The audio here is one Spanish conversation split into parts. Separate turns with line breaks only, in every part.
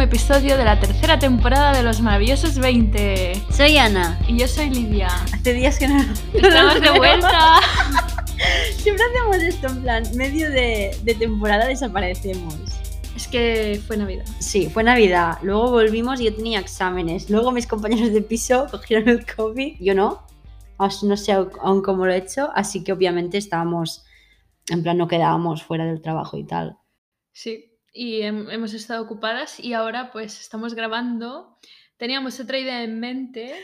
episodio de la tercera temporada de Los Maravillosos 20.
Soy Ana.
Y yo soy Lidia.
Hace días que no.
Estamos de vuelta.
Siempre hacemos esto en plan, medio de, de temporada desaparecemos.
Es que fue Navidad.
Sí, fue Navidad. Luego volvimos y yo tenía exámenes. Luego mis compañeros de piso cogieron el COVID. Yo no. Os- No sé au- aún cómo lo he hecho. Así que obviamente estábamos. En plan, no quedábamos fuera del trabajo y tal.
Sí. Y hem- hemos estado ocupadas y ahora pues estamos grabando. Teníamos otra idea en mente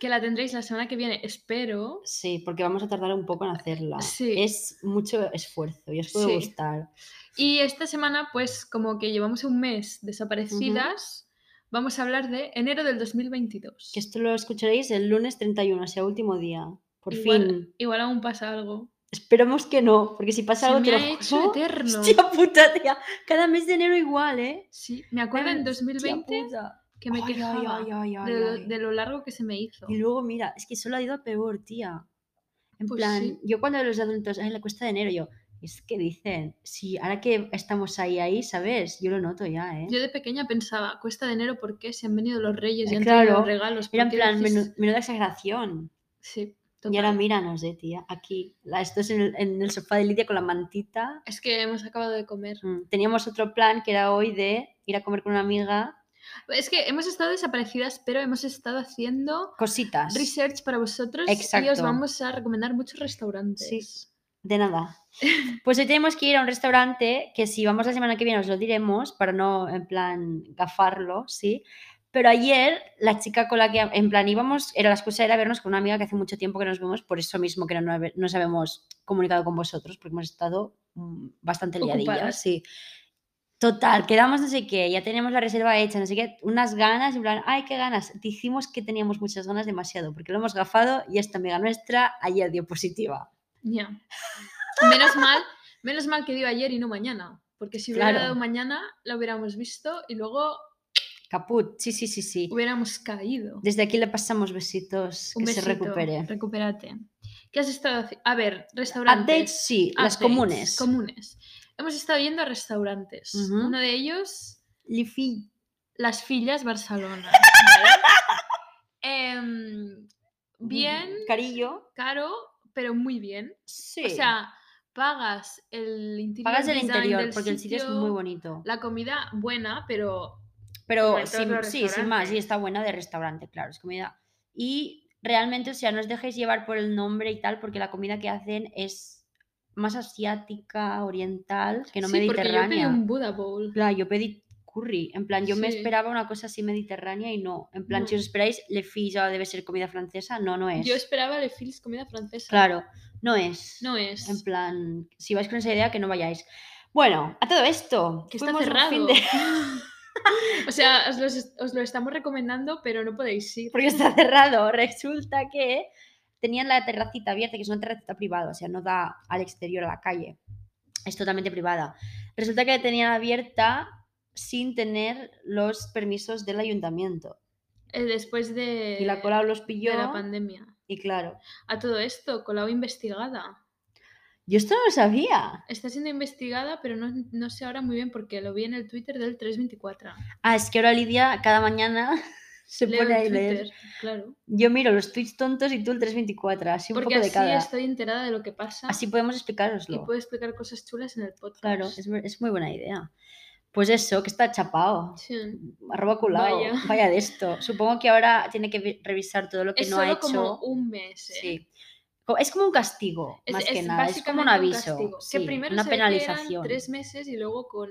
que la tendréis la semana que viene, espero.
Sí, porque vamos a tardar un poco en hacerla.
Sí.
Es mucho esfuerzo y os puede
Sí.
gustar.
Y esta semana pues como que llevamos un mes desaparecidas. Vamos a hablar de enero del 2022.
Que esto lo escucharéis el lunes 31, o sea, último día. Por
Igual-
fin.
Igual aún pasa algo.
Esperemos que no, porque si pasa
Se
algo
me
te lo
ha hecho
juro-
eterno.
Hostia puta, tía. Cada mes de enero igual, ¿eh?
Sí, me acuerdo en 2020 que me quejaba de, lo- de lo largo que se me hizo.
Y luego, mira, es que solo ha ido a peor, tía. En
Pues
plan,
sí.
yo cuando los adultos, ay, la cuesta de enero, yo, es que dicen, sí, ahora que estamos ahí, ahí, ¿sabes? Yo lo noto ya, ¿eh?
Yo de pequeña pensaba, cuesta de enero porque se han venido los reyes y
Eh,
han traído
claro,
los regalos. ¿por
Era en
qué
plan,
decís-?"
menu- menuda exageración.
Sí,
Y ahora
total.
míranos, eh, tía, aquí. La, esto es en el, en el sofá de Lidia con la mantita.
Es que hemos acabado de comer.
Mm, Teníamos otro plan que era hoy de ir a comer con una amiga.
Es que hemos estado desaparecidas, pero hemos estado haciendo
Cositas.
research para vosotros y os
Exacto.
vamos a recomendar muchos restaurantes.
De nada. Pues hoy tenemos que ir a un restaurante que si vamos la semana que viene os lo diremos para no en plan gafarlo, ¿sí? Pero ayer la chica con la que en plan íbamos, era la excusa era vernos con una amiga que hace mucho tiempo que nos vemos, por eso mismo que no nos habe- nos habíamos comunicado con vosotros, porque hemos estado mm, bastante liadillas,
Ocupadas.
sí. Total, quedamos no sé qué, ya teníamos la reserva hecha, no sé qué, unas ganas, en plan, ay, qué ganas. Dijimos que teníamos muchas ganas demasiado, porque lo hemos gafado y esta amiga nuestra ayer dio positiva.
Ya. Menos mal, menos mal que dio ayer y no mañana. Porque si hubiera
Claro.
dado mañana, la hubiéramos visto y luego
Caput, sí, sí, sí, sí.
hubiéramos caído.
Desde aquí le pasamos besitos, que
Un
se
besito,
recupere.
Recupérate. ¿Qué has estado haciendo? A ver,
Updates,
restaurantes.
sí, las
updates,
comunes.
Comunes. Hemos estado yendo a restaurantes.
Ujú.
Uno de ellos,
Lifi.
Las Fillas Barcelona. ¿vale? Em, bien,
Carillo.
caro, pero muy bien.
Sí.
O sea, pagas el interior.
Pagas el
design
interior
del
porque el sitio es muy bonito.
La comida buena, pero como
Pero
en todos
sin-
los
sí, sin más, y
restaurantes.
está buena de restaurante, claro, es comida. Y realmente, o sea, no os dejéis llevar por el nombre y tal, porque la comida que hacen es más asiática, oriental, que no
sí, porque yo pedí
mediterránea.
un Buddha Bowl.
Claro, yo pedí curry. En plan, yo me
Sí.
esperaba una cosa así mediterránea y no. En plan,
No.
si os esperáis, le fi ya debe ser comida francesa. No, no es.
Yo esperaba Le Fils comida francesa.
Claro, no es.
No es.
En plan, si vais con esa idea, que no vayáis. Bueno, a todo esto.
que está
fuimos un
cerrado.
fin de-
o sea, os, los est- os lo estamos recomendando, pero no podéis ir.
Porque está cerrado. Resulta que tenían la terracita abierta, que es una terracita privada, o sea, no da al exterior a la calle. Es totalmente privada. Resulta que la tenían abierta sin tener los permisos del ayuntamiento.
Eh, Después de,
Y la cola los pilló.
Eh, de la pandemia.
Y claro,
A todo esto, Colau investigada.
yo esto no lo sabía.
Está siendo investigada, pero no, no sé ahora muy bien porque lo vi en el Twitter del 324.
Ah, es que ahora Lidia cada mañana se
Leo
pone
el
ahí a leer.
Twitter, claro.
Yo miro los tweets tontos y tú el 324, así un
Porque
poco de
así
cada.
estoy enterada de lo que pasa
Así podemos
y
explicaroslo.
puedo explicar cosas chulas en el podcast.
Claro, es, bu- es muy buena idea. Pues eso, que está chapado.
Sí.
Arroba culao.
Vaya.
Vaya. de esto. Supongo que ahora tiene que vi- revisar todo lo que
Es
no
solo
ha hecho.
como un mes. ¿eh?
Sí. Co- Es como un castigo,
Es,
más que
es
nada. Es como un
básicamente
aviso.
castigo,
sí,
que primero
una
se ve que eran
penalización.
tres meses y luego con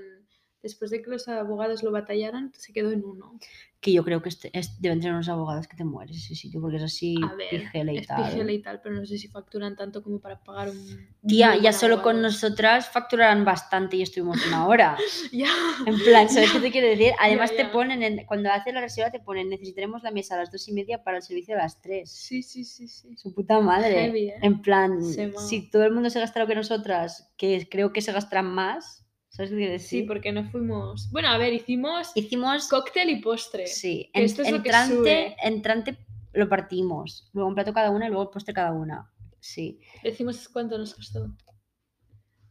después de que los abogados lo batallaran se quedó en uno.
Que yo creo que este- es- deben tener unos abogados que te mueres ese sitio, porque es así
A ver,
pijela y
es
tal.
pigela y tal, pero no sé si facturan tanto como para pagar un.
Tía,
muy
ya
buen
solo con
abogado.
nosotras facturarán bastante y estuvimos una hora.
Ya.
En plan, ¿sabes qué te quiero decir? Además
ya.
te ponen, en- cuando haces la reserva te ponen, necesitaremos la mesa a las dos y media para el servicio a las tres.
Sí, sí, sí, sí.
Su puta madre. em,
Heavy, ¿eh?
En plan,
Sema.
si todo el mundo se gasta lo que nosotras, que creo que se gastarán más, ¿sabes qué quiero decir?
Sí, porque no fuimos. Bueno, a ver, hicimos
Hicimos,
cóctel y postre.
sí,
que
en-
esto es lo que
entrante,
sube.
entrante lo partimos, luego un plato cada una y luego el postre cada una. Sí.
Decimos cuánto nos costó.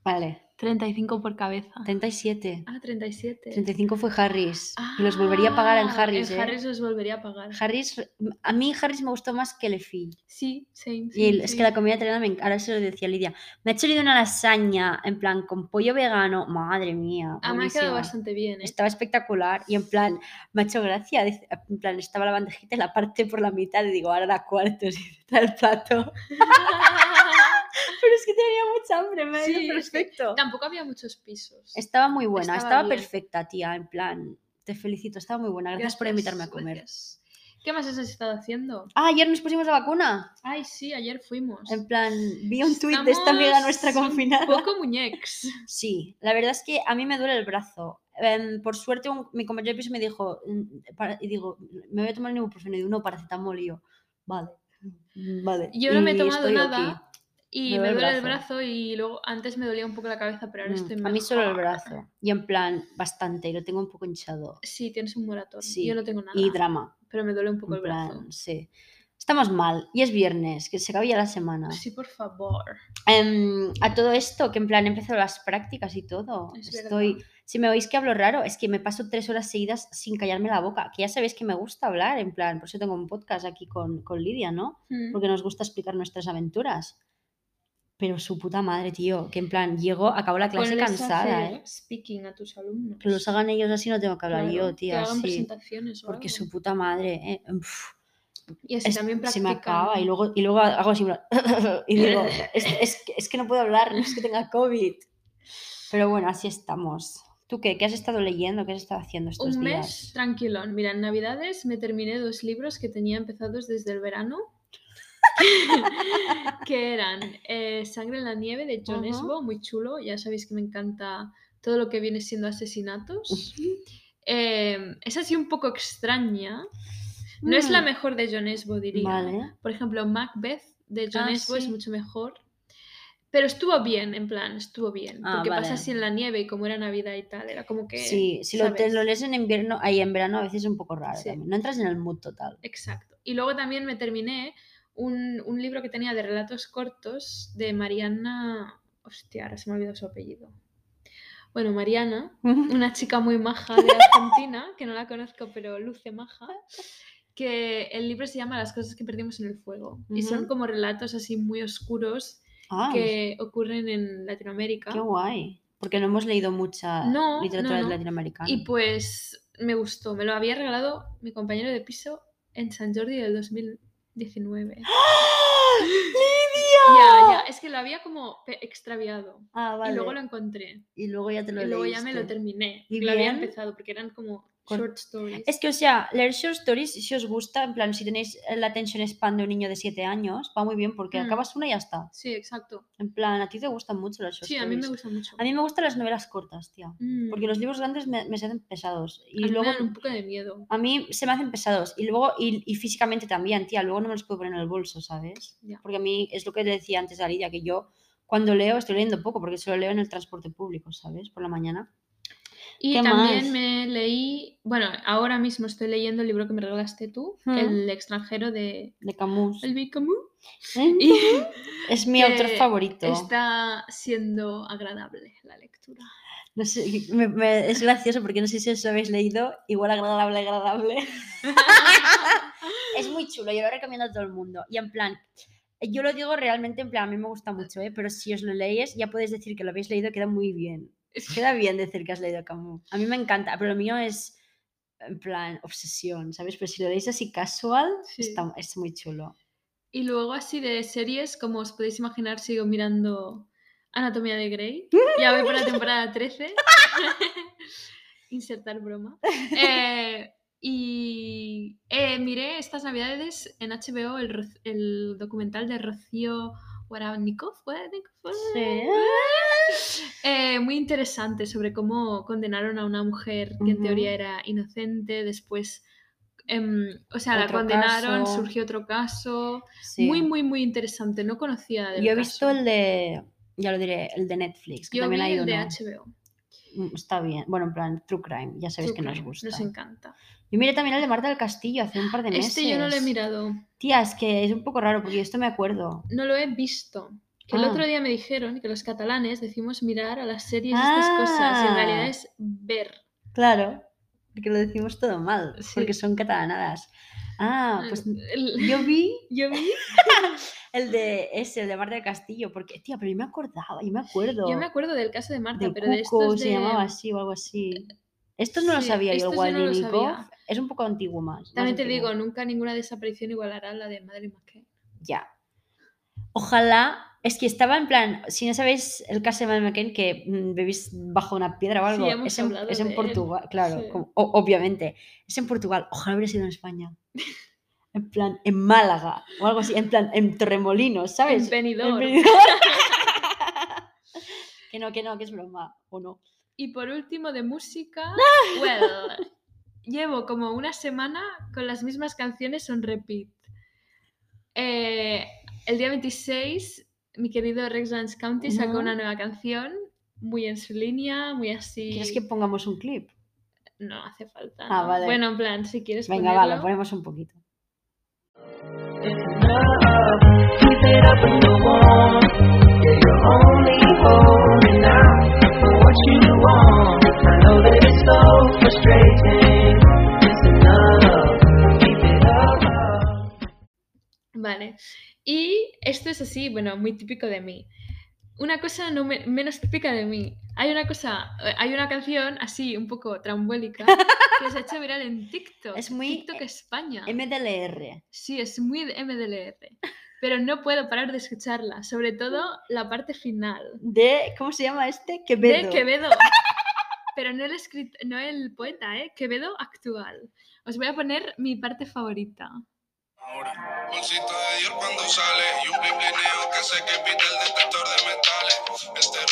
Vale.
35 por cabeza.
37.
Ah, 37.
35 fue Harris. y los volvería a pagar en
Ah,
Harris,
En
¿eh?
Harris los volvería a pagar.
Harris, mm, a mí Harris me gustó más que Lefi.
Sí, same.
Y el-
same,
es que
same.
la comida italiana, me, enc- ahora se lo decía Lidia, me ha hecho Lidia una lasaña, en plan, con pollo vegano, madre mía.
Ah, me ha quedado
buenísima.
bastante bien, ¿eh?
Estaba espectacular y en plan, me ha hecho gracia, dice- en plan, estaba la bandejita y la parte por la mitad y digo, ahora la cuarto, y trae el plato. Pero es que tenía mucha hambre, me ha ido
Sí, es que
perfecto.
Tampoco había muchos pisos.
Estaba muy buena,
estaba
estaba,
bien.
perfecta, tía, en plan, te felicito, estaba muy buena, gracias, por invitarme a comer.
gracias. ¿Qué más has estado haciendo?
Ah, ayer nos pusimos la vacuna.
Ay, sí, ayer fuimos.
En plan, vi un tuit de esta amiga nuestra
Estamos
confinada.
Un poco muñecs.
Sí, la verdad es que a mí me duele el brazo. Em, por suerte, un- mi compañero de piso me dijo, "Mm, para-" y digo, me voy a tomar un ibuprofeno y uno paracetamol y yo, vale, mm, vale.
Yo no me he
y
tomado
estoy
nada y me
Me duele
duele
el
el brazo y luego antes me dolía un poco la cabeza, pero
aquí.
ahora estoy
Mm,
mejor.
a mí solo el brazo y en plan bastante y lo tengo un poco hinchado
Sí, tienes un moratón.
Sí,
Yo no tengo nada,
y drama,
pero me duele Ah, un poco
en
el brazo.
plan, sí. Estamos mal y es viernes, que se acaba ya la semana.
Sí, por favor.
Em, a todo esto, que en plan he empezado las prácticas y todo.
Es verdad.
Estoy, si me oís que hablo raro, es que me paso tres horas seguidas sin callarme la boca, que ya sabéis que me gusta hablar, en plan, por eso tengo un podcast aquí con, con Lidia, ¿no?
Mm.
Porque nos gusta explicar nuestras aventuras. Pero su puta madre, tío, que en plan, llego, acabo la clase
Ponles a
cansada,
hacer
¿eh?
speaking a tus alumnos.
Que los hagan ellos así, no tengo que hablar
Claro,
yo, tía,
Que hagan
sí.
presentaciones o
Porque
algo.
su puta madre, eh, uf.
Y así
Es-
también
se
practican.
me acaba y luego, y luego hago así una- y digo, es, es que- es que no puedo hablar, no es que tenga COVID. Pero bueno, así estamos. ¿Tú qué? ¿Qué has estado leyendo? ¿Qué has estado haciendo estos
Un mes
días?
tranquilón. Mira, en Navidades me terminé dos libros que tenía empezados desde el verano. que eran eh, Sangre en la nieve de John
Ajá.
Esbo, muy chulo. Ya sabéis que me encanta todo lo que viene siendo asesinatos. Eh, es así un poco extraña. No es la
Mm,
mejor de John Esbo, diría.
Vale.
Por ejemplo, Macbeth de John
Ah,
Esbo es
sí.
mucho mejor. Pero estuvo bien, en plan, estuvo bien.
Ah,
porque
vale.
pasa así en la nieve y como era Navidad y tal, era como que.
Sí, si lo, te
¿sabes?
lo lees en invierno, ahí en verano a veces es un poco raro
Sí.
también. No entras en el mood total.
Exacto. Y luego también me terminé un, un libro que tenía de relatos cortos de Mariana. Hostia, ahora se me ha olvidado su apellido. Bueno, Mariana, una chica muy maja de Argentina, que no la conozco, pero luce maja. Que el libro se llama Las cosas que perdimos en el fuego. Y son
Ujú.
como relatos así muy oscuros
Ay,
que ocurren en Latinoamérica.
qué guay. Porque no hemos leído mucha
No,
literatura
no, no.
latinoamericana.
Y pues me gustó. Me lo había regalado mi compañero de piso en San Jordi del 2019.
¡Ah! ¡Lidia!
Ya, ya, es que lo había como pe- extraviado.
Ah, vale.
Y luego lo encontré.
ya te lo
y luego ya me lo
leíste.
terminé.
¿Y
lo había
bien?
empezado porque eran como
Cor-
short stories.
Es que, o sea, leer short stories, si os gusta, en plan, si tenéis eh, la atención span de un niño de 7 años, va muy bien porque
Mm.
acabas una y ya está.
Sí, exacto.
En plan, a ti te gustan mucho las short
Sí, a
stories.
mí me gusta mucho.
A mí me gustan las novelas cortas, tía.
Mm,
Porque los libros grandes me, me se hacen pesados.
a
Y
mí me
luego,
dan un poco de miedo.
a mí se me hacen pesados. Y luego, y, y físicamente también, tía. Luego no me los puedo poner en el bolso, ¿sabes?
Ya.
Porque a mí es lo que le decía antes a Lidia, que yo cuando leo estoy leyendo poco porque solo leo en el transporte público, ¿sabes? Por la mañana.
Y
¿Qué
también
más?
me leí, bueno, ahora mismo estoy leyendo el libro que me regalaste tú,
Mm.
El extranjero de
De Camus.
Elvi Camus.
Y
Y
es mi autor
que
favorito.
Está siendo agradable la lectura.
No sé, me- me- es gracioso porque no sé si os lo habéis leído. Igual agradable, agradable. Es muy chulo, yo lo recomiendo a todo el mundo. Y en plan, yo lo digo realmente en plan, a mí me gusta mucho, ¿eh? pero si os lo leéis ya podéis decir que lo habéis leído, queda muy bien. Queda bien decir que has leído Camus. A mí me encanta, pero lo mío es en plan obsesión, ¿sabes? Pero si lo leéis así casual,
Sí.
está- es muy chulo.
Y luego así de series, como os podéis imaginar, sigo mirando Anatomía de Grey. Ya voy por la temporada 13. Insertar broma. Eh, y eh, miré estas navidades en HBO el, Ro- el documental de Rocío Guaranikov. Guaranikov, eh, muy interesante sobre cómo condenaron a una mujer que en
Ujú.
teoría era inocente, después, em, o sea, la
Otro
condenaron,
caso.
surgió otro caso.
Sí.
Muy, muy, muy interesante. No conocía del
Yo he visto
caso.
el de, ya lo diré, el de Netflix, que
Yo
también
vi
hay
el de
uno.
HBO.
Mm, Está bien, bueno, en plan, True Crime, ya sabéis
True
que nos
Crime,
gusta.
Nos encanta.
Yo miré también el de Marta del Castillo hace un par de meses.
Este yo no lo he mirado,
Tía, es que es un poco raro porque yo esto me acuerdo.
no lo he visto. Que el
Ah.
otro día me dijeron que los catalanes decimos mirar a las series y
Ah.
estas cosas. y en realidad es ver.
Claro, porque lo decimos todo mal,
Sí.
porque son catalanadas. Ah, pues
El-
yo vi
yo vi,
el de ese, el de Marta del Castillo, porque, tía, pero yo me acordaba, yo me acuerdo.
yo me acuerdo del caso de Marta,
de
pero de
Cuco,
estos de... Eh,
se llamaba así o algo así. Esto no lo
sí,
sabía yo,
estos yo
igual,
no lo
Ninikov.
sabía.
Es un poco antiguo más. más
También te
antiguo.
digo, nunca ninguna desaparición igualará a la de Madre McKay.
Ya. Ojalá. Es que estaba en plan, si no sabéis el caso de Madame McCain, que mm, vivís bajo una piedra o
Sí,
algo,
hemos
es en,
hablado
es en
de él.
Portugal, claro,
Sí.
como- o- obviamente. Es en Portugal, ojalá hubiera sido en España. En plan, en Málaga o algo así, en plan, en Torremolinos, ¿sabes?
El Benidorm.
Benidorm. que no, que no, que es broma, o no.
Y por último, de música, well, llevo como una semana con las mismas canciones on repeat. Eh, el día 26, mi querido Rex Vance County sacó
Ujú.
una nueva canción, muy en su línea, muy así...
¿Quieres que pongamos un clip?
No hace falta.
Ah,
¿no?
vale.
Bueno, en plan, si quieres
Venga, va, lo
ponerlo.
ponemos un poquito.
Keep it up and go on. Yeah, you're only holding out for what you want. I know that it's so frustrating. It's enough. Keep it up.
Vale. Y esto es así, bueno, muy típico de mí. Una cosa no me- menos típica de mí. Hay una cosa, eh, hay una canción así un poco trambuélica que se ha hecho viral en TikTok.
Es muy,
TikTok
eh,
España.
MDLR.
Sí, es muy de MDLR. Pero no puedo parar de escucharla, sobre todo la parte final.
De, ¿cómo se llama este? Quevedo.
De Quevedo. Pero no el, escrit- no el poeta, ¿eh? Quevedo actual. Os voy a poner mi parte favorita.
Ahora, bolsita de Dior cuando sale y un biblineo que se que pita el detector de metales. Es terror de la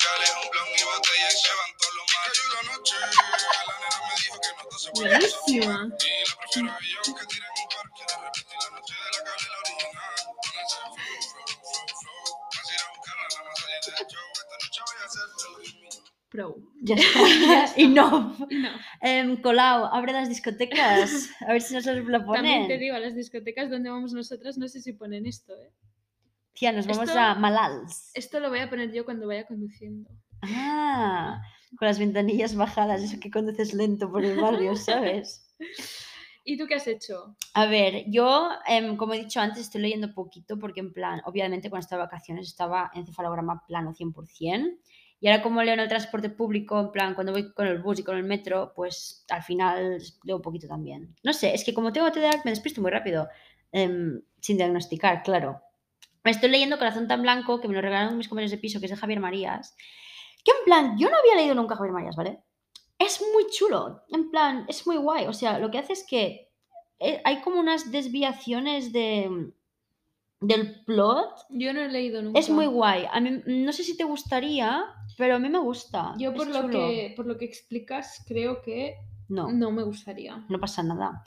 chale, un blon y botella y se van todos los males. Cayó la noche, la nena me dijo que no se puede.
Buenísima.
Y la prefiero a yo que tiran un par. Quiero repetir la noche de la calle la original. Con ese flow, flow, flow, flow. Vas a ir a buscarla a la más allá del show. Esta noche voy a hacer flow.
Pro.
Ya está. Enough.
Y no.
Em, Colau, abre las discotecas. A ver si nos lo
También te
ponen.
digo, a las discotecas donde vamos nosotras, no sé si ponen esto, ¿eh?
Tía, nos vamos
Esto-
a Malals.
Esto lo voy a poner yo cuando vaya conduciendo.
Ah, con las ventanillas bajadas, eso que conduces lento por el barrio, ¿sabes?
¿Y tú qué has hecho?
A ver, yo, em, como he dicho antes, estoy leyendo poquito porque en plan, obviamente cuando estaba de vacaciones estaba en cefalograma plano 100%. Y ahora como leo en el transporte público, en plan, cuando voy con el bus y con el metro, pues al final leo poquito también. No sé, es que como tengo TDAH me despisto muy rápido, em, sin diagnosticar, claro. Estoy leyendo Corazón tan blanco, que me lo regalaron mis compañeros de piso, que es de Javier Marías. Que en plan, yo no había leído nunca a Javier Marías, ¿vale? Es muy chulo, en plan, es muy guay. O sea, lo que hace es que eh, hay como unas desviaciones de, del plot.
Yo no he leído nunca.
Es muy guay. A mí, no sé si te gustaría, pero a mí me gusta.
Yo
es
por lo,
chulo.
que, por lo que explicas, creo que
No,
no, me gustaría.
no pasa nada.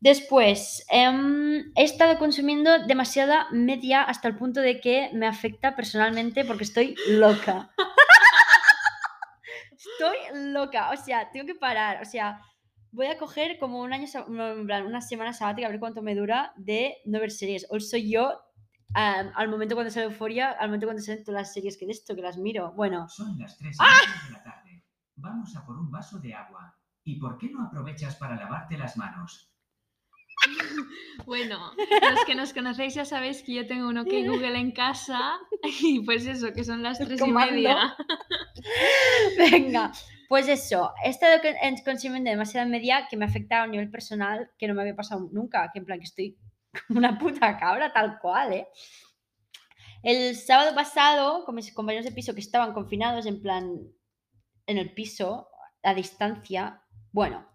Después, em, he estado consumiendo demasiada media hasta el punto de que me afecta personalmente porque estoy loca. estoy loca, o sea, tengo que parar, o sea, voy a coger como un año, sa- no, en plan, una semana sabática, a ver cuánto me dura de no ver series. O soy yo am, al momento cuando sale Euforia, al momento cuando salen todas las series que de esto, que las miro. Bueno,
Son las 3 de la tarde. Vamos a por un vaso de agua. ¿Y por qué no aprovechas para lavarte las manos?
Bueno, los que nos conocéis ya sabéis que yo tengo uno que Google en casa y pues eso, que son las
El
tres y
comando.
media.
venga. Pues eso, he estado con- en- consumiendo demasiada media que me afecta a un nivel personal que no me había pasado nunca, que en plan que estoy como una puta cabra tal cual, ¿eh? El sábado pasado, con mis compañeros de piso que estaban confinados en plan en el piso, a distancia, bueno,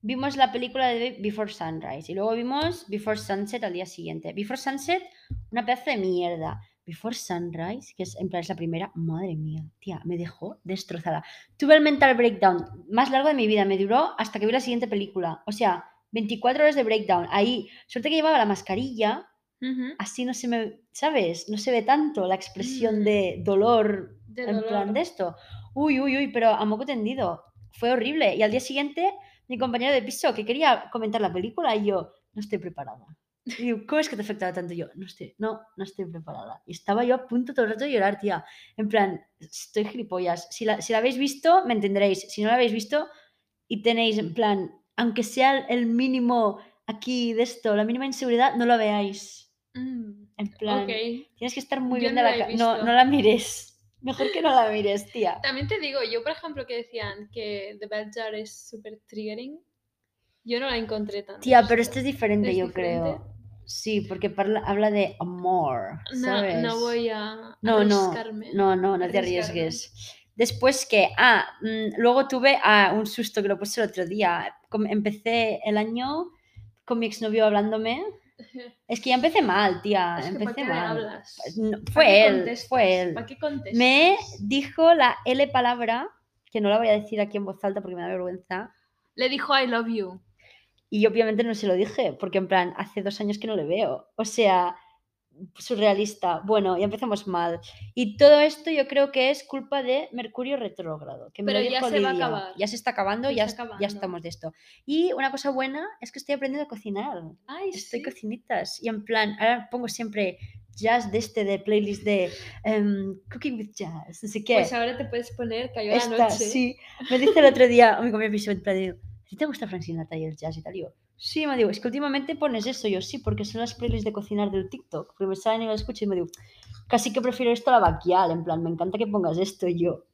vimos la película de Before Sunrise y luego vimos Before Sunset al día siguiente. Before Sunset, una pedazo de mierda. Before Sunrise, que es en plan es la primera, madre mía, tía, me dejó destrozada. Tuve el mental breakdown más largo de mi vida, me duró hasta que vi la siguiente película. O sea, 24 horas de breakdown ahí. Suerte que llevaba la mascarilla,
Ujú.
así no se me, ¿sabes? No se ve tanto la expresión
Mm.
de dolor
De
en
dolor.
plan de esto. Uy, uy, uy, pero a moco tendido. Fue horrible. Y al día siguiente, mi compañero de piso que quería comentar la película y yo, no estoy preparada. Y digo, ¿cómo es que te ha afectado tanto? Y yo, no estoy, no, no estoy preparada. Y estaba yo a punto todo el rato de llorar, tía. En plan, estoy gilipollas. Si la, si la habéis visto, me entenderéis. Si no la habéis visto y tenéis, en plan, aunque sea el- el mínimo aquí de esto, la mínima inseguridad, no la veáis.
Mm,
En plan,
ok.
tienes que estar muy
Yo
bien
no
de
la
la
he
ca- No,
visto.
no la mires. Mejor que no la mires, tía.
También te digo, yo por ejemplo que decían que The Bad Jar es súper triggering, yo no la encontré tan
Tía, pero este esto es diferente,
¿Es
yo
diferente?
creo. Sí, porque parla- habla de amor,
No,
¿sabes?
no voy a
No, no,
arriesgarme.
no, no, no te
arriesgarme.
arriesgues. Después que, ah, mm, luego tuve ah, un susto que lo puse el otro día. Com- Empecé el año con mi exnovio hablándome. Es que ya empecé mal, tía,
Es que, ¿para
empecé
qué me
mal.
hablas?
No,
¿Para qué
fue él,
contestas?
fue él.
¿Para qué contestas?
Me dijo la L palabra, que no la voy a decir aquí en voz alta porque me da vergüenza.
Le dijo I love you.
Y yo obviamente no se lo dije, porque en plan, hace dos años que no le veo. O sea, surrealista. Bueno, ya empezamos mal. Y todo esto yo creo que es culpa de Mercurio retrógrado, que me lo
Pero ya
dijo
se va a
Lidia.
acabar.
Ya se está acabando,
Se
ya,
está
es- ya
acabando.
estamos de esto. Y una cosa buena es que estoy aprendiendo a cocinar.
Ay,
Estoy
sí.
cocinitas. Y en plan, ahora pongo siempre jazz de este, de playlist de em, Cooking with Jazz. Así que...
Pues ahora te puedes poner cayó la
Esta,
noche.
sí. Me dice el otro día, amigo mío, piso en plan, digo, ¿a ti te gusta Frank Sinatra y el jazz y tal? Y yo, sí, me digo, es que últimamente pones eso. Yo, sí, porque son las playlists de cocinar del TikTok. Porque me salen y lo escucho y me digo, casi que prefiero esto a la Baquial. En plan, me encanta que pongas esto. Y yo,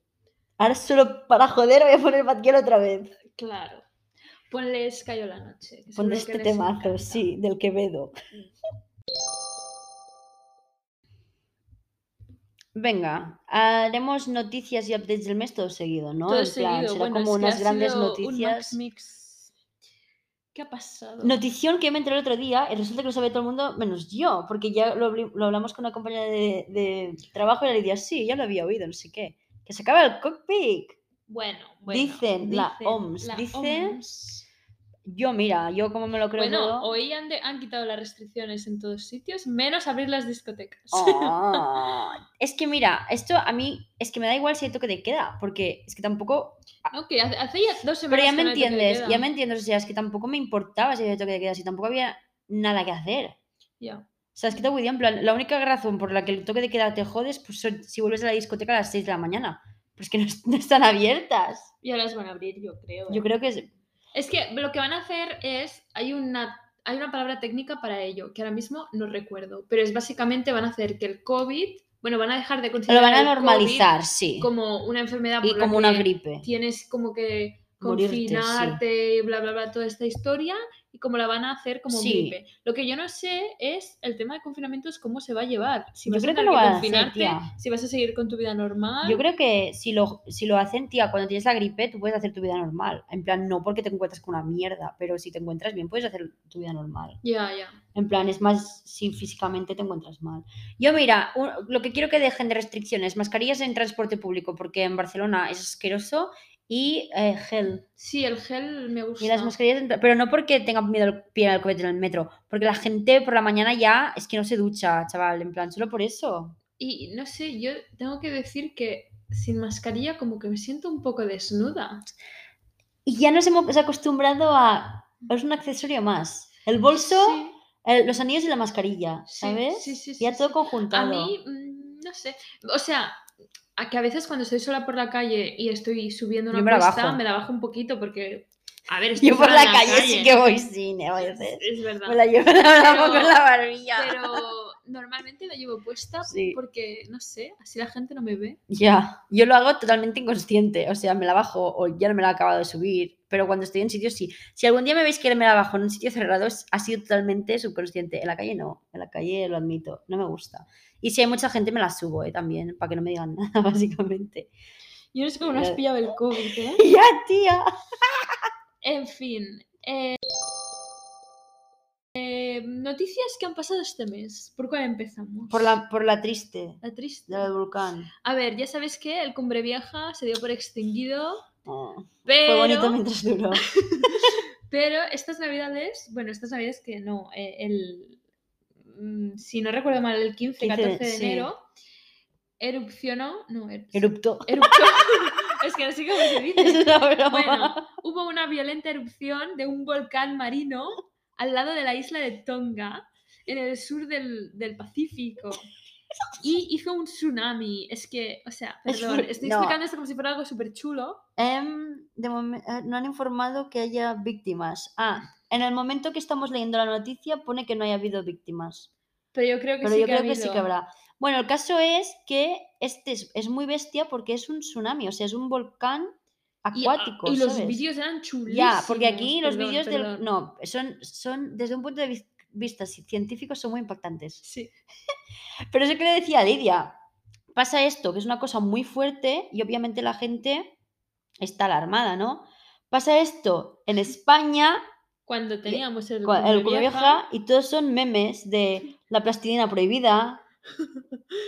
ahora solo para joder voy a poner Baquial otra vez.
Claro. Ponles cayó la noche. que
Pon
seguro que
este
les
temazo,
encanta.
sí, del Quevedo. Venga, haremos noticias y updates del mes todo seguido, ¿no?
Todo
En plan,
seguido.
será
Bueno,
como
es que
unas
ha
grandes
sido un
noticias.
Max Mix. ¿Qué ha pasado?
Notición que me enteré el otro día y resulta que lo sabía todo el mundo menos yo, porque ya lo, habli- lo hablamos con una compañera de, de trabajo y le decía, sí, ya lo había oído, no sé qué. Que se acaba el cockpit.
Bueno, bueno.
Dicen, la
dicen,
OMS,
la
dice-
OMS.
Yo, mira, yo como me lo creo
Bueno,
todo.
hoy han, de- han quitado las restricciones en todos sitios, menos abrir las discotecas.
Oh, Ah, es que mira, esto a mí es que me da igual si hay toque de queda, porque es que tampoco.
No, que Ah, hace, hace ya dos
Pero
semanas. que no
ya me
hay toque de
entiendes, ya
queda.
me entiendes, o sea, es que tampoco me importaba si había toque de queda, si tampoco había nada que hacer.
Ya.
O sea, es que te voy a decir, en plan, la única razón por la que el toque de queda te jodes, pues son- si vuelves a la discoteca a las 6 de la mañana. Pero es que no, es- no están abiertas.
Ya las van a abrir, yo creo.
Yo
¿eh?
creo que es.
Es que lo que van a hacer es, hay una, hay una palabra técnica para ello, que ahora mismo no recuerdo, pero es básicamente van a hacer que el COVID, bueno, van a dejar de
Lo
considerar
van a
el COVID
normalizar, sí.
como una enfermedad
Y
por la
como una
que
gripe.
Tienes como que
Morirte, sí.
confinarte, bla, bla, bla, toda esta historia y como la van a hacer como
Sí.
gripe. Lo que yo no sé es el tema de confinamientos, cómo se va a llevar. Si
Yo
vas
creo
a
que
tener
lo
que
van a hacer,
confinarte,
tía.
si vas a seguir con tu vida normal.
Yo creo que si lo, si lo hacen, tía, cuando tienes la gripe, tú puedes hacer tu vida normal. En plan, no porque te encuentras con una mierda, pero si te encuentras bien, puedes hacer tu vida normal.
Ya, ya.
En plan, es más si físicamente te encuentras mal. Yo, mira, un- lo que quiero que dejen de restricciones, mascarillas en transporte público, porque en Barcelona es asqueroso, y eh, gel.
Sí, el gel me gusta.
Y las mascarillas, en tra- pero no porque tenga miedo al pie al copete en el metro, porque la gente por la mañana ya es que no se ducha, chaval, en plan, solo por eso.
Y no sé, yo tengo que decir que sin mascarilla como que me siento un poco desnuda.
Y ya nos hemos acostumbrado a... Es un accesorio más. El bolso,
Sí,
el- los anillos y la mascarilla,
sí,
¿sabes?
sí, sí, sí,
ya
sí.
todo
A
conjuntado.
mí, mm, no sé, o sea, a que a veces cuando estoy sola por la calle y estoy subiendo
Yo
una
me la
cuesta,
bajo.
me la bajo un poquito porque, a ver, estoy
Yo por
sola
la
en
calle, sí que voy sin, eh, voy a
Es,
hacer.
es verdad.
Me la llevo me la
Pero-
pongo en la barbilla.
Pero normalmente la llevo puesta
Sí.
porque, no sé, así la gente no me ve.
Ya, yo lo hago totalmente inconsciente, o sea, me la bajo o ya no me la he acabado de subir, pero cuando estoy en sitios sí. Si algún día me veis que me la bajo en un sitio cerrado, es- ha sido totalmente subconsciente. En la calle no, en la calle lo admito, no me gusta. Y si hay mucha gente, me la subo eh, también, para que no me digan nada, básicamente.
Yo no sé cómo no has
Eh.
pillado el COVID, ¿eh?
¡Ya, tía!
En fin. eh, eh, noticias que han pasado este mes. ¿Por cuál empezamos?
Por la, por la triste,
La triste.
de la del volcán.
A ver, ya sabéis que el Cumbre Vieja se dio por extinguido,
Ah,
pero,
Fue bonito mientras duró.
pero estas navidades, bueno, estas navidades que no, eh, el, mm, si no recuerdo mal, el 15,
15 de-
14 de
sí.
enero, erupcionó, no, er-
Eruptó.
eruptó, es que no sé cómo se
Es
dice,
una broma.
Bueno, hubo una violenta erupción de un volcán marino al lado de la isla de Tonga en el sur del, del Pacífico. Y hizo un tsunami. Es que, o sea,
Es
perdón,
que-
estoy
no.
explicando esto como si fuera algo súper chulo.
Em, de momen- eh, no han informado que haya víctimas. Ah, en el momento que estamos leyendo la noticia pone que no haya habido víctimas.
Pero yo creo que
Pero
sí
yo
que ha
creo que sí que
habido.
habrá. Bueno, el caso es que este es, es muy bestia porque es un tsunami, o sea, es un volcán
Y, ah,
acuático.
y los
¿sabes?
vídeos eran chulísimos.
Ya, porque aquí los
Perdón,
vídeos del...
perdón.
No, son, son desde un punto de vis- vista ci- científico son muy impactantes.
Sí.
Pero eso que le decía a Lidia, pasa esto, que es una cosa muy fuerte y obviamente la gente está alarmada, ¿no? Pasa esto en España,
Cuando teníamos el,
cua- el
culo
culo vieja, y todos son memes de la plastilina prohibida.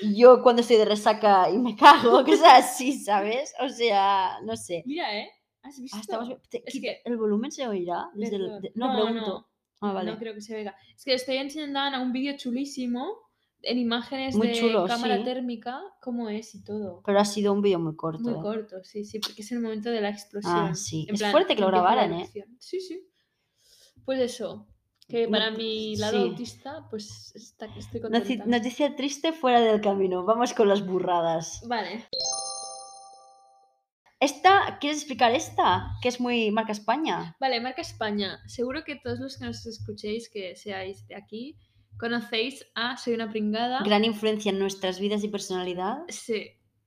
y Yo cuando estoy de resaca y me cago, cosas así, ¿sabes? O sea, no sé.
Mira, ¿eh? ¿Has visto?
Ah, estamos- te-
Es
quita-
que-
¿El volumen se oirá? Desde el-
Perdón.
de- no, pregunto. Ah, vale.
No creo que se vea. Es que estoy enseñando a Ana un vídeo chulísimo en imágenes
Muy
de
chulo,
cámara
sí.
térmica, cómo es y todo.
Pero ha sido un vídeo muy corto.
Muy
eh.
corto, sí, sí, porque es el momento de la explosión.
Ah, sí.
En
Es
plan,
fuerte que lo
empieza la
grabaran, ¿eh?
erupción. Sí, sí. Pues eso, que
No-
para mi lado
sí.
autista, pues está, estoy
Noci-
contenta.
Noticia triste fuera del camino. Vamos con las burradas.
Vale,
Esta, ¿quieres explicar esta? Que es muy marca España.
vale, marca España. Seguro que todos los que nos escuchéis, que seáis de aquí, conocéis a Soy una pringada.
Gran influencia en nuestras vidas y personalidad.
Sí,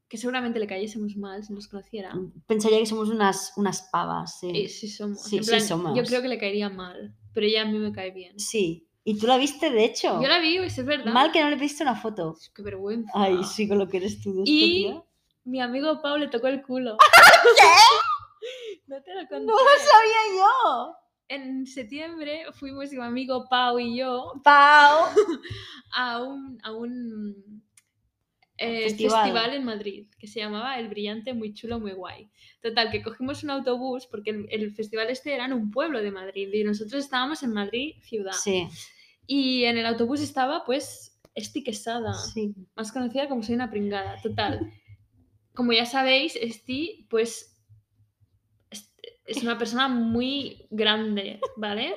que seguramente le cayésemos mal si nos conociera.
Pensaría que somos unas, unas pavas. Sí.
Eh, sí somos.
Sí,
En
sí
plan,
somos.
Yo creo que le caería mal, pero ella a mí me cae bien.
Sí. Y tú la viste, de hecho.
Yo la vi, es verdad.
Mal que no le pediste una foto.
Qué vergüenza.
Ay, sí, con lo que eres tú. este
Y-
estúpida.
Mi amigo Pau le tocó el culo. No te lo conté.
¡No lo sabía yo!
En septiembre fuimos mi amigo Pau y yo
¡Pau!
a un, a un eh,
Festival.
festival. en Madrid que se llamaba El Brillante Muy Chulo Muy Guay. Total, que cogimos un autobús porque el, el festival este era en un pueblo de Madrid y nosotros estábamos en Madrid ciudad.
Sí,
Y en el autobús estaba pues Esti Quesada,
sí.
más conocida como Soy una pringada. Total, como ya sabéis, Esti pues es- es una persona muy grande, ¿vale?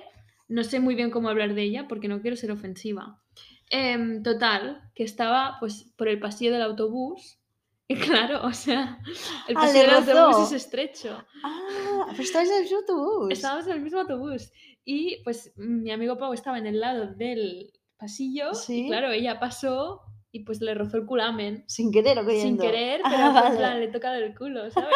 No sé muy bien cómo hablar de ella porque no quiero ser ofensiva. Em, total, que estaba pues por el pasillo del autobús. Y claro, o sea, el
Ah,
pasillo
le
del
rozó.
autobús es estrecho.
Ah, pero estabais en el autobús.
Estábamos en el mismo autobús. Y pues mi amigo Pau estaba en el lado del pasillo.
Sí.
Y claro, ella pasó y pues le rozó el culamen.
Sin querer o
Sin
queriendo.
querer,
Ah,
pero en
vale.
plan, le toca del culo, ¿sabes?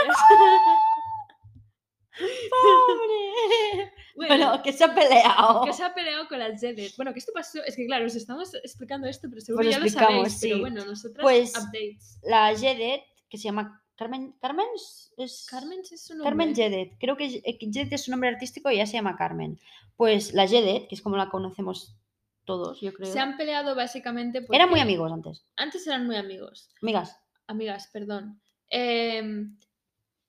¡Pobre!
bueno,
Bueno, que se ha peleado.
que se ha peleado con las Zedet. Bueno, que esto pasó. Es que claro, os estamos explicando esto, pero seguro
Pues
ya lo
explicamos,
sabéis.
sí.
Pero bueno, nosotras
Pues-
updates.
La Jedet, que se llama Carmen. Carmen es- es.
Carmen es su nombre.
Carmen Jedet. Creo que Je- Jedet es su nombre artístico y ya se llama Carmen. Pues la Jedet, que es como la conocemos todos, yo creo.
Se han peleado básicamente porque
Eran muy amigos antes.
antes eran muy amigos.
Amigas.
amigas, perdón. Em,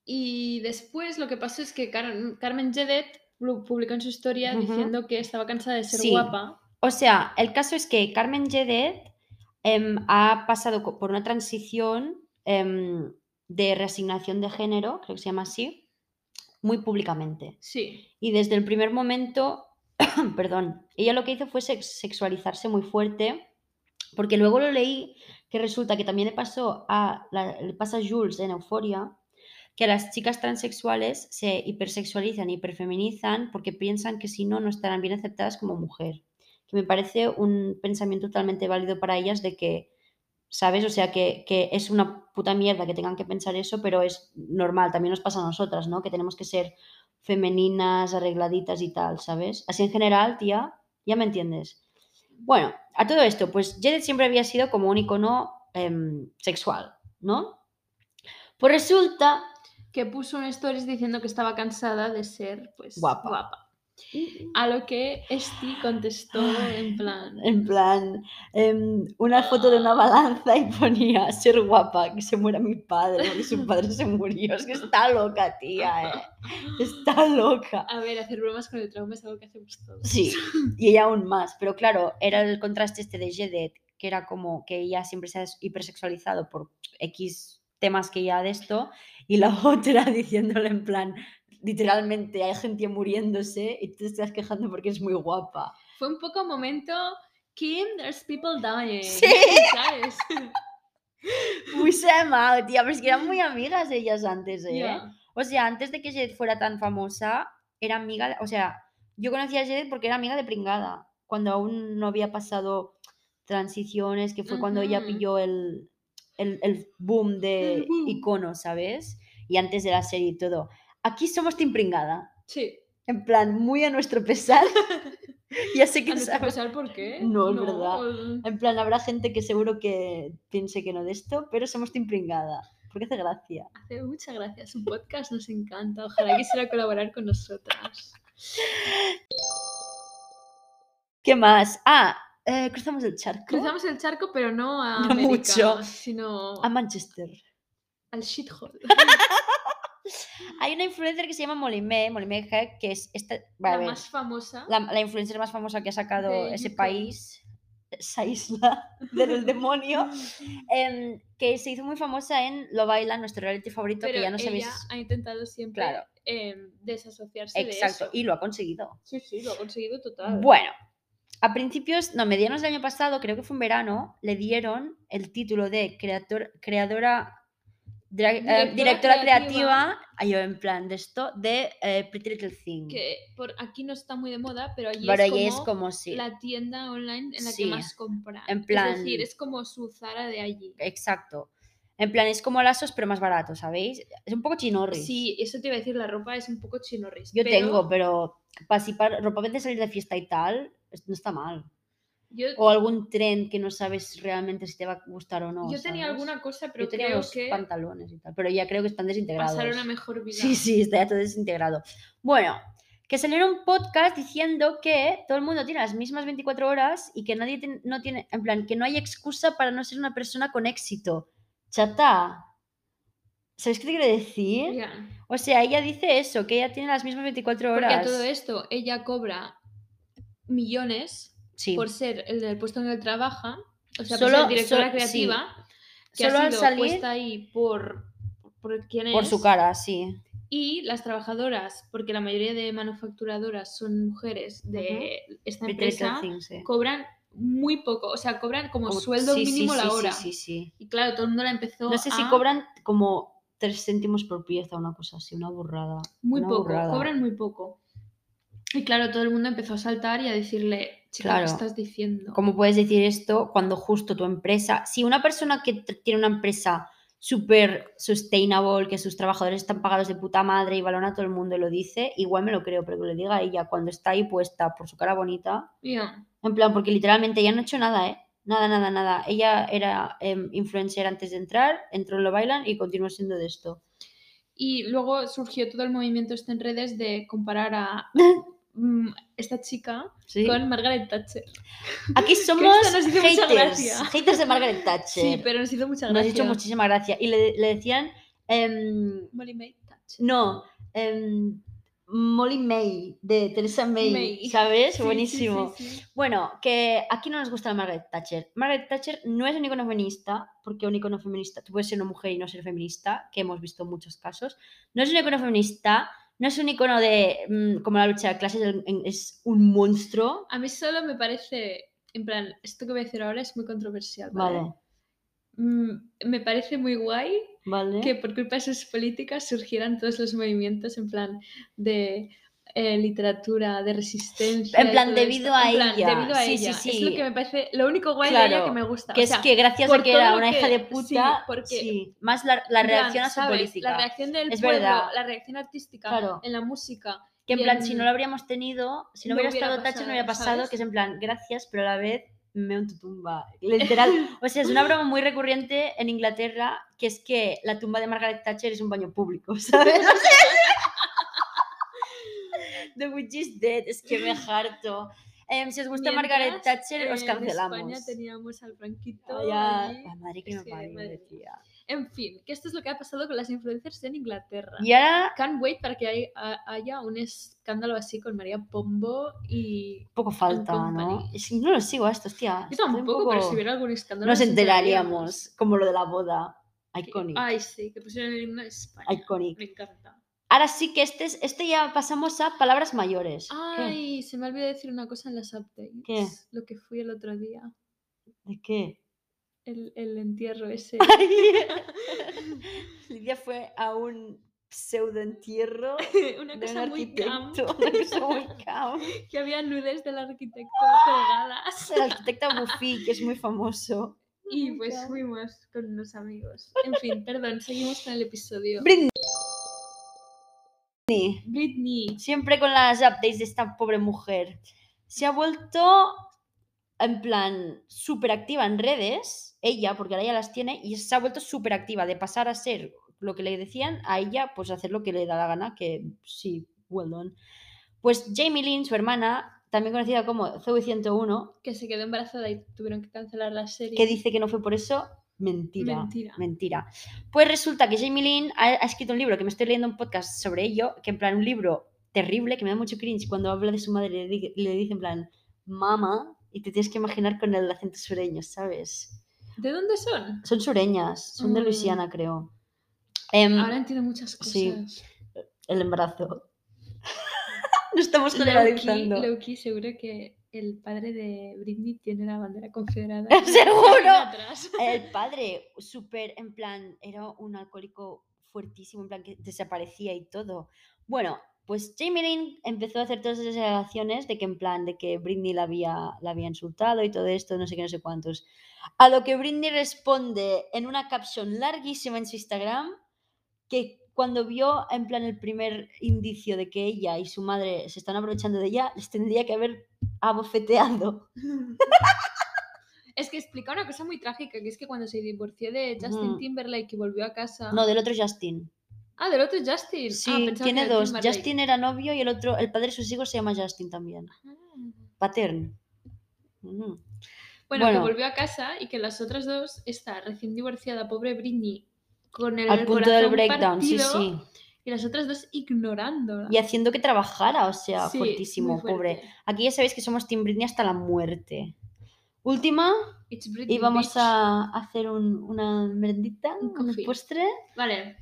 y después lo que pasó es que Car- Carmen Jedet lu- publicó en su historia
Ujú.
diciendo que estaba cansada de ser
Sí.
guapa.
O sea, el caso es que Carmen Jedet em, ha pasado co- por una transición em, de reasignación de género, creo que se llama así, muy públicamente.
Sí,
Y desde el primer momento, perdón, ella lo que hizo fue sex- sexualizarse muy fuerte, porque luego lo leí que resulta que también le pasó a, la- le pasa a Jules en Euforia, que a las chicas transexuales se hipersexualizan, hiperfeminizan, porque piensan que si no, no estarán bien aceptadas como mujer. Que me parece un pensamiento totalmente válido para ellas de que, ¿sabes? O sea, que, que es una puta mierda que tengan que pensar eso, pero es normal, también nos pasa a nosotras, ¿no? Que tenemos que ser femeninas, arregladitas y tal, ¿sabes? Así en general, tía, ya me entiendes. Bueno, a todo esto, pues Janet siempre había sido como un icono em, sexual, ¿no? Pues resulta
que puso un stories diciendo que estaba cansada de ser pues
Guapa.
guapa. A lo que Esti contestó en plan
En plan, em, una foto de una balanza y ponía ser guapa, que se muera mi padre, que su padre se murió. Es que está loca, tía, ¿eh? Está loca.
a ver, hacer bromas con el trauma es algo que hacemos todos.
Sí, y ella aún más. Pero claro, era el contraste este de Jedet, que era como que ella siempre se ha hipersexualizado por X temas que ya de esto, y la otra diciéndole en plan, literalmente hay gente muriéndose y tú te estás quejando porque es muy guapa.
Fue un poco momento Kim, there's people dying.
Sí.
¿Sabes?
Muy se amado, tía, pero es que eran muy amigas ellas antes, ¿eh?
Ya.
O sea, antes de que Jet fuera tan famosa, era amiga, o sea, yo conocí a Jet porque era amiga de Pringada, cuando aún no había pasado transiciones, que fue cuando ella
Ujú.
pilló el, el, el boom de
El boom.
iconos, ¿sabes? Y antes de la serie y todo. Aquí somos Team Pringada,
Sí.
en plan, muy a nuestro pesar. ya sé que
¿A nuestro
sabes-
pesar por qué?
No, es verdad.
ol-
En plan, habrá gente que seguro que piense que no de esto, pero somos Team Pringada, porque hace gracia.
Hace muchas gracias. Su podcast nos encanta. Ojalá quisiera colaborar con nosotras.
¿Qué más? Ah, eh, cruzamos el charco
Cruzamos el charco, pero no a
No
América,
mucho.
sino
a Manchester.
al shithole.
Hay una influencer que se llama Molimé, Molimé Heck, que es esta, va, a
La
ver,
más famosa.
la, la influencer más famosa que ha sacado
de
ese
UK.
país, esa isla del demonio, em, que se hizo muy famosa en Lo Baila, nuestro reality favorito,
Pero
que ya no
ella
sabéis.
ha intentado siempre
Claro.
em, desasociarse
Exacto,
de eso.
y lo ha conseguido.
Sí, sí, lo ha conseguido total.
Bueno, a principios, no, medianos del año pasado, creo que fue en verano, le dieron el título de creator, creadora, dra- eh,
Directora
directora,
creativa.
creativa, ah, yo en plan de esto, de eh, Pretty Little Thing.
que por aquí no está muy de moda, pero allí
Pero
es como
ahí es como si...
la tienda online en la
Sí,
que más compran.
en
Es decir,
plan-
es como su Zara de allí.
Exacto. En plan, es como lazos, pero más barato, ¿sabéis? Es un poco chinorris.
Sí, eso te iba a decir, la ropa es un poco chinorris.
Yo
pero
tengo, pero para si para ropa de salir de fiesta y tal, es- no está mal.
Yo,
O algún tren que no sabes realmente si te va a gustar o no.
yo tenía
¿sabes?
alguna cosa, pero
Yo tenía
creo
los
que
pantalones y tal, pero ya creo que están desintegrados.
pasaron a mejor vida.
Sí, sí, está ya todo desintegrado. Bueno, que salió un podcast diciendo que todo el mundo tiene las mismas 24 horas y que nadie ten- no tiene, en plan, que no hay excusa para no ser una persona con éxito. Chata, ¿sabéis qué te quiero decir?
Ya.
O sea, ella dice eso, que ella tiene las mismas 24
Porque
horas.
a todo esto ella cobra millones
sí.
por ser el del puesto en el que trabaja, o sea, por
Solo-
ser directora
sol- sí.
creativa, que
Solo
ha
al
sido
salir-
puesta ahí por, por quién
por
es,
su cara, sí.
y las trabajadoras, porque la mayoría de manufacturadoras son mujeres de esta
Pretty Little
empresa,
Things, eh.
cobran muy poco, o sea, cobran como
Como-
sueldo
sí, sí,
mínimo
sí,
la
sí,
hora.
Sí, sí.
Y claro, todo el mundo la empezó
No sé si
a-
cobran como 3 céntimos por pieza, una cosa así, una burrada.
muy
una
poco,
burrada.
cobran muy poco. Y claro, todo el mundo empezó a saltar y a decirle, chica, ¿qué
Claro.
estás diciendo?
¿Cómo puedes decir esto cuando justo tu empresa, si una persona que t- tiene una empresa súper sustainable, que sus trabajadores están pagados de puta madre y valora a todo el mundo y lo dice, igual me lo creo, pero que lo diga ella cuando está ahí puesta por su cara bonita,
Ya,
en plan, porque literalmente ella no ha hecho nada, ¿eh? Nada, nada, nada. Ella era em, influencer antes de entrar, entró en Lo Bailan y continuó siendo de esto.
Y luego surgió todo el movimiento este en redes de comparar a mm, esta chica
Sí.
con Margaret Thatcher.
Aquí somos
esto nos hizo mucha
haters,
gracia.
haters de Margaret Thatcher.
Sí, pero nos hizo mucha
Nos ha
gracia.
hecho muchísima gracia. Y le, le decían... em,
Molly May Thatcher.
No, em, Molly May, de Teresa May,
May.
¿sabes?
Sí, sí,
Buenísimo.
sí, sí.
Bueno, que aquí no nos gusta la Margaret Thatcher. Margaret Thatcher no es un icono feminista, porque un icono feminista, tú puedes ser una mujer y no ser feminista, que hemos visto muchos casos. No es un icono feminista, no es un icono de mm, como la lucha de clases, el- en- es un monstruo.
A mí solo me parece, en plan, esto que voy a decir ahora es muy controversial. ¿vale?
Vale,
Mm, me parece muy guay
vale.
que por culpa de sus políticas surgieran todos los movimientos en plan de eh, literatura, de resistencia.
En
y
plan,
todo
debido
esto.
a
En plan,
ella.
debido a
Sí, sí,
ella. Es
sí.
lo que me parece, lo único guay de ella
Claro,
que me gusta. O
Que
sea,
es que gracias
por
a que
todo
era
lo
una hija de
que- sí,
puta,
porque-
sí, más la, la
en plan,
reacción a su
¿sabes?
política.
La reacción del
Es
pueblo,
verdad.
la reacción artística
Claro.
en la música.
Que en
Y
plan, si no
en-
lo habríamos tenido, si no,
no
hubiera,
hubiera
estado Thatcher, no hubiera
pasado,
pasado,
¿sabes?
que es en plan, gracias, pero a la vez me unto tumba. Literal. o sea, es una broma muy recurrente en Inglaterra, que es que la tumba de Margaret Thatcher es un baño público, ¿sabes? O sea, The Witch is dead, es que me harto. Em, si os gusta Margaret
Mientras,
Thatcher, os
eh,
cancelamos.
En España teníamos al Franquito.
Ay, ya,
allí.
la madre que
es
me
que,
parió,
madre
tía.
En fin, que esto es lo que ha pasado con las influencers en Inglaterra.
Y ahora,
Can't wait para que hay- ha- haya un escándalo así con María Pombo y...
poco falta, ¿no?
Company.
Es que no los sigo a estos, tía.
Yo
Estoy un
tampoco, pero si hubiera algún escándalo...
nos enteraríamos, como lo de la boda. Iconic.
Ay, sí, que pusieron el himno de España.
Iconic.
Me encanta.
Ahora sí que este, es- este ya pasamos a palabras mayores. ¿Qué?
Ay, se me olvidó decir una cosa en las updates.
¿Qué?
Lo que fui el otro día.
¿De qué?
El, el entierro ese.
Lidia fue a un pseudo entierro
una
de un
cosa muy camp.
arquitecto. Una cosa muy camp.
que había nudes del arquitecto colgadas.
El arquitecto Buffy, que es muy famoso.
Y pues fuimos con unos amigos. En fin, perdón, seguimos con el episodio.
Britney,
Britney.
siempre con las updates de esta pobre mujer. Se ha vuelto en plan súper activa en redes, ella, porque ahora ya las tiene, y se ha vuelto súper activa de pasar a ser lo que le decían a ella, pues hacer lo que le da la gana, que sí, well done. Pues Jamie Lynn, su hermana, también conocida como Zoe 101,
Que se quedó embarazada y tuvieron que cancelar la serie.
que dice que no fue por eso, mentira.
Mentira.
Mentira. Pues resulta que Jamie Lynn ha, ha escrito un libro, que me estoy leyendo un podcast sobre ello, que en plan un libro terrible, que me da mucho cringe cuando habla de su madre, le, di- le dice en plan, mamá, y te tienes que imaginar con el acento sureño, ¿sabes?
¿De dónde son?
Son sureñas, son de
Mm.
Luisiana, creo. Em,
Ahora entiendo muchas cosas.
sí. El embarazo. no estamos
Loki,
generalizando.
Loki, seguro que el padre de Britney tiene la bandera confederada.
¡Seguro! Eh.
en atrás.
El padre, súper, en plan, era un alcohólico fuertísimo, en plan que desaparecía y todo. Bueno, pues Jamie Lynn empezó a hacer todas esas alegaciones de que, en plan, de que Britney la había, la había insultado y todo esto, no sé qué, no sé cuántos. A lo que Britney responde en una caption larguísima en su Instagram que cuando vio, en plan, el primer indicio de que ella y su madre se están aprovechando de ella, les tendría que haber abofeteado.
Es que explica una cosa muy trágica, que es que cuando se divorció de Justin
Ujú.
Timberlake y volvió a casa...
No, del otro Justin.
Ah, del otro Justin. Ah,
Sí,
pensaba que
tiene
era
dos.
Timberlake.
Justin era novio y el otro, el padre de sus hijos se llama Justin también.
Ah.
Patern. Mm.
Bueno,
Bueno.
que volvió a casa y que las otras dos, esta recién divorciada, pobre Britney, con el
Al punto del
corazón
breakdown,
partido,
sí, sí.
Y las otras dos ignorándola.
Y haciendo que trabajara, o sea,
Sí, muy
fuertísimo, pobre.
fuerte.
Aquí ya sabéis que somos Team Britney hasta la muerte. Última,
It's Britney,
y vamos
bitch.
a hacer un- una merendita,
Un
un
coffee.
postre.
Vale,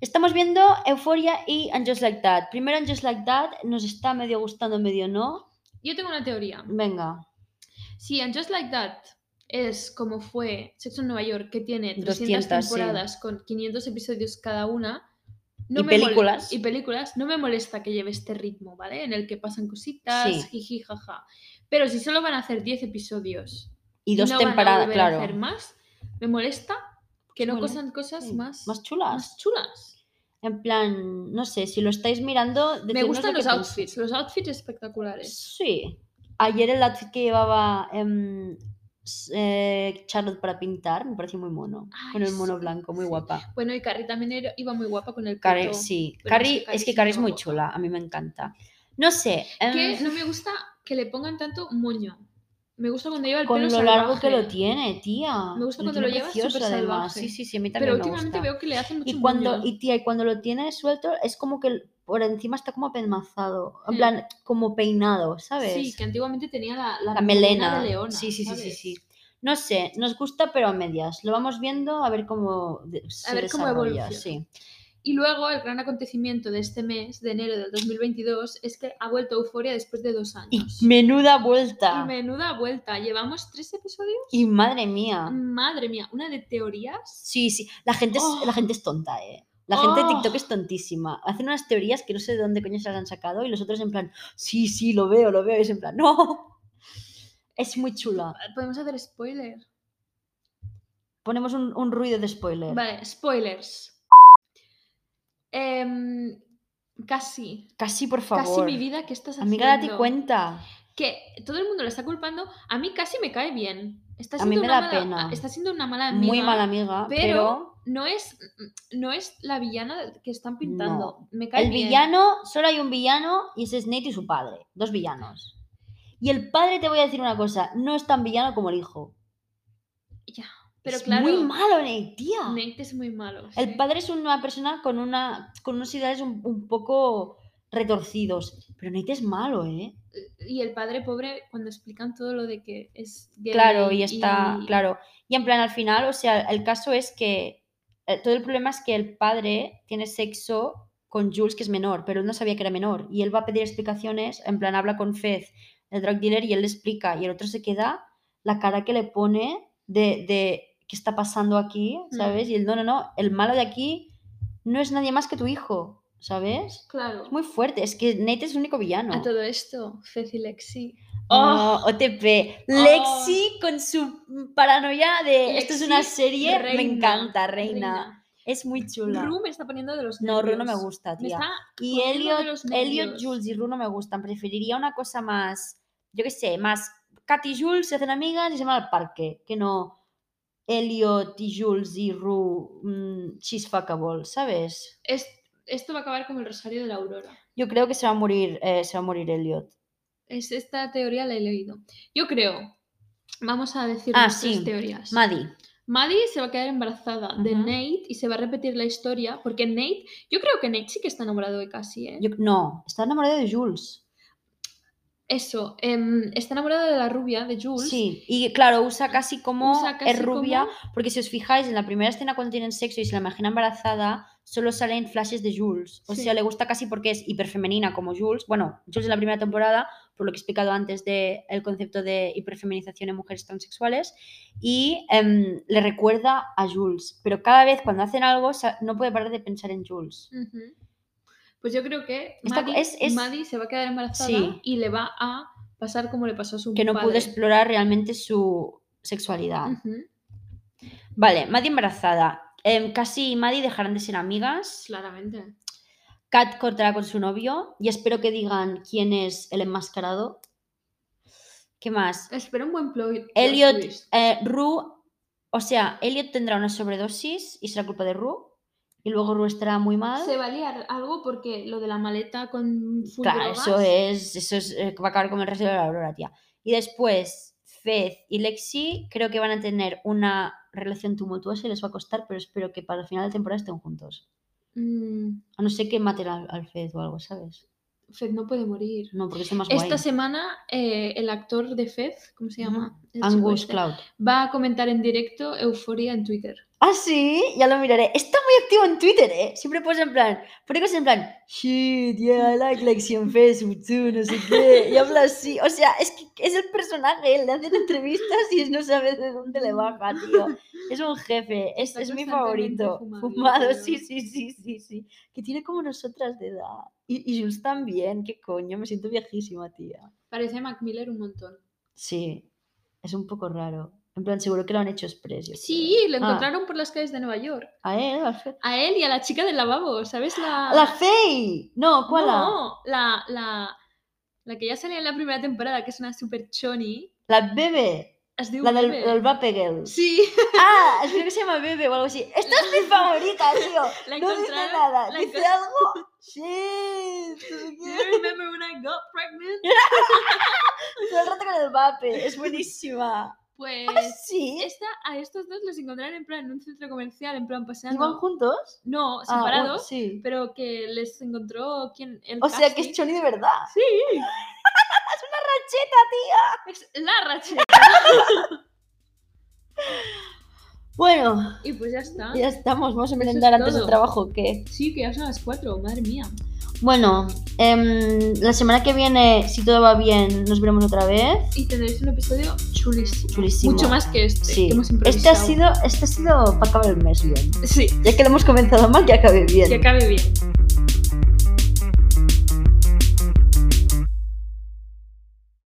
Estamos viendo Euphoria y And Just Like That. Primero And Just Like That, nos está medio gustando, medio no.
yo tengo una teoría.
Venga,
Sí, And Just Like That es como fue Sexo en Nueva York, que tiene 300
200, sí.
temporadas con 500 episodios cada una. No
Y
me mol-
películas.
Y películas. No me molesta que lleve este ritmo, ¿vale? En el que pasan cositas,
Sí.
jiji, jaja. Pero si solo van a hacer 10 episodios
y dos
no van a
temporadas,
volver a
claro.
hacer más, me molesta que no
Bueno,
cosan cosas
sí,
más,
más
más
chulas.
chulas.
En plan, no sé, si lo estáis mirando,
Me
decidnos
gustan
lo
los
que
outfits, ¿eh? los outfits espectaculares.
pensáis. Sí. Ayer el outfit que llevaba em, s- eh, Charlotte para pintar me pareció muy mono.
Ay,
con el mono
sí,
blanco, muy
sí.
guapa.
Bueno, y Carrie también era- iba muy guapa con el
Carrie,
corto.
sí.
pero
Carrie,
es que
es que,
Carrie sí
Carrie es
lleva
muy
guapa.
chula, a mí me encanta. No sé,
Que
em,
no me gusta que le pongan tanto moño. Me gusta cuando lleva el
con
pelo
lo largo
salvaje,
que lo tiene, tía.
Me gusta cuando lo
tiene
lleva
precioso,
súper
además.
salvaje.
Sí, sí, sí, a mí también
Pero
me
últimamente
gusta.
veo que le hacen mucho
Y cuando,
moño.
y tía, y cuando lo tiene suelto es como que el- por encima está como apelmazado, en
Hmm.
plan, como peinado, ¿sabes?
Sí, que antiguamente tenía la, la
La
melena
melena.
de leona,
sí, sí, sí, sí,
¿sabes?
sí. No sé, nos gusta pero a medias. Lo vamos viendo a ver cómo de- se
ver cómo
desarrolla,
evoluciona.
sí.
Y luego el gran acontecimiento de este mes, de enero del 2022, es que ha vuelto Euforia después de dos
Y
años.
menuda
Y
vuelta.
menuda vuelta. Llevamos tres episodios.
Y madre
Mm.
mía.
Madre mía, una de teorías.
Sí, sí. La gente es, la
Oh.
gente es tonta, eh. La gente de TikTok
Oh.
es tontísima. Hacen unas teorías que no sé de dónde coño se las han sacado y los otros en plan, sí, sí, lo veo, lo veo. Y es en plan, no. Es muy chula.
Eh, Podemos hacer spoiler.
Ponemos un, un ruido de spoiler.
Vale, spoilers. Em, casi.
Casi, por
Casi
favor.
mi vida, ¿qué estás haciendo?
Amiga, date cuenta.
Que todo el mundo la está culpando. A mí casi me cae bien. Está
A mí
siendo
me
una
da
mala- ah,
pena.
Está siendo una mala amiga.
Muy mala amiga, pero...
pero No es, no es la villana que están pintando. Me cae
El
bien.
villano, solo hay un villano y ese es Nate y su padre. Dos villanos. Y el padre, te voy a decir una cosa, no es tan villano como el hijo.
Ya, Pero
es
claro,
muy malo, Nate, tía.
Nate es muy malo. sí.
El padre es una persona con, una, con unos ideales un, un poco retorcidos. Pero Nate es malo, ¿eh?
Y el padre pobre, cuando explican todo lo de que es gay
Claro, y está,
y-
claro. Y en plan, al final, o sea, el caso es que eh, eh, todo el problema es que el padre tiene sexo con Jules, que es menor, pero él no sabía que era menor. Y él va a pedir explicaciones, en plan habla con Fez, el drug dealer, y él le explica. Y el otro se queda la cara que le pone de, de qué está pasando aquí,
Mm.
¿sabes? Y él, no, no, no, el malo de aquí no es nadie más que tu hijo, ¿sabes?
Claro.
Es muy fuerte, es que Nate es el único villano.
A todo esto, Ceci Lexi.
Oh, OTP. Lexi con su paranoia de esto es una
Lexi,
serie, me
reina,
encanta, reina. Es muy chula.
Ru me está poniendo de los nervios.
no, Ru no me gusta,
Me
tía.
está
Y
poniendo de
Elliot,
los
Elliot,
nervios.
Jules y Ru no me gustan. Preferiría una cosa más, yo qué sé, más Kat y Jules se hacen amigas y se van al parque. Que no Elliot y Jules y Ru mm, she's fuckable, ¿sabes?
Es- esto va a acabar como el Rosario de la Aurora.
Yo creo que se va a morir, eh, se va a morir Elliot.
Es, esta teoría la he leído. Yo creo. Vamos a decir
Ah,
las
sí.
tres teorías.
Maddie.
Maddie se va a quedar embarazada de
Ujú.
Nate y se va a repetir la historia porque Nate, yo creo que Nate sí que está enamorado de Cassie, ¿eh?
Yo- no, está enamorada de Jules.
Eso, em, está enamorado de la rubia, de Jules.
Sí, y claro, usa casi como
Usa casi
es rubia,
como-
porque si os fijáis, en la primera escena cuando tienen sexo y se la imagina embarazada, solo salen flashes de Jules. O
Sí.
sea, le gusta casi porque es hiperfemenina como Jules. Bueno, Jules en la primera temporada, por lo que he explicado antes del el concepto de hiperfeminización en mujeres transexuales, y em, le recuerda a Jules. Pero cada vez cuando hacen algo, sa- no puede parar de pensar en Jules.
Ujú. Pues yo creo que
Esta co-
Maddie,
es- es-
Maddie se va a quedar embarazada
Sí.
y le va a pasar como le pasó a su
Que no pudo
padre.
explorar realmente su sexualidad.
Ujú,
Vale, Maddie embarazada. Em, casi y Maddie dejarán de ser amigas.
Claramente.
Kat cortará con su novio y espero que digan quién es el enmascarado. ¿Qué más?
Espero un buen plot. plot
Elliot,
twist.
eh, Ru, o sea, Elliot tendrá una sobredosis y será culpa de Ru. Y luego Ru estará muy mal.
Se va a liar algo porque lo de la maleta con full
Claro,
drogas,
eso es, eso es, eh, va a acabar como el resto de la aurora, tía. Y después, Fez y Lexi creo que van a tener una relación tumultuosa y les va a costar, pero espero que para el final de temporada estén juntos.
mm,
A no ser que maten al, al Fez o algo, ¿sabes?
Fed no puede morir.
No, porque es el más guay.
Esta semana eh, el actor de Fez, ¿cómo se llama? El chico
Angus
este,
Cloud.
va a comentar en directo Euforia en Twitter.
Ah, sí, ya lo miraré. Está muy activo en Twitter, ¿eh? Siempre pones en plan, pone cosas en plan, shit, yeah, I like Lexi on Facebook too, no sé qué, y habla así. O sea, es que es el personaje, le hacen entrevistas y no sabe de dónde le baja, tío. Es un jefe, es,
Está
es mi
constantemente
favorito.
fumado,
Fumado,
tío.
sí, sí, sí, sí, sí. Que tiene como nosotras de edad. Y, y Jules también, qué coño, me siento viejísima, tía.
Parece a Mac Miller un montón.
Sí, es un poco raro. En plan, seguro que lo han hecho express. yo creo.
Sí, lo
Ah.
encontraron por las calles de Nueva York.
A él, al jefe.
A él y a la chica del lavabo, ¿sabes? La.
La Fey. Ah. No, ¿cuál? la?
No, la, la, la que ya salía en la primera temporada, que es una super choni.
La Bebe.
Has de
La del,
bebé.
del Vape Girl.
Sí,
Ah, creo que se llama Bebe o algo así. Esta es mi favorita, tío.
la
No
encontraron.
dice nada.
la
Dice
encon-
algo. Sí.
"Do you remember when I got pregnant?
Todo el rato con el Vape. Es buenísima.
Pues
Sí.
esta, a estos dos los encontraron en plan en un centro comercial, en plan
¿Y van
paseando.
juntos?
No,
Ah, bueno,
separados,
sí.
pero que les encontró quien el
O sea que es
casting.
Choni de verdad.
Sí,
¡Racheta, tía!
es la Rachel.
Bueno,
y pues ya está.
ya estamos. Vamos a
Eso es
merendar antes del
todo.
trabajo, ¿o ¿qué?
Sí, que ya son las cuatro, madre mía.
Bueno, em, la semana que viene, si todo va bien, nos veremos otra vez.
Y tendréis un episodio chulísimo.
Chulísimo.
Mucho más que este.
Sí.
Que hemos
Este ha
improvisado.
sido, este ha sido para acabar el mes bien.
Sí,
Ya que lo hemos comenzado mal, que acabe bien.
que acabe bien.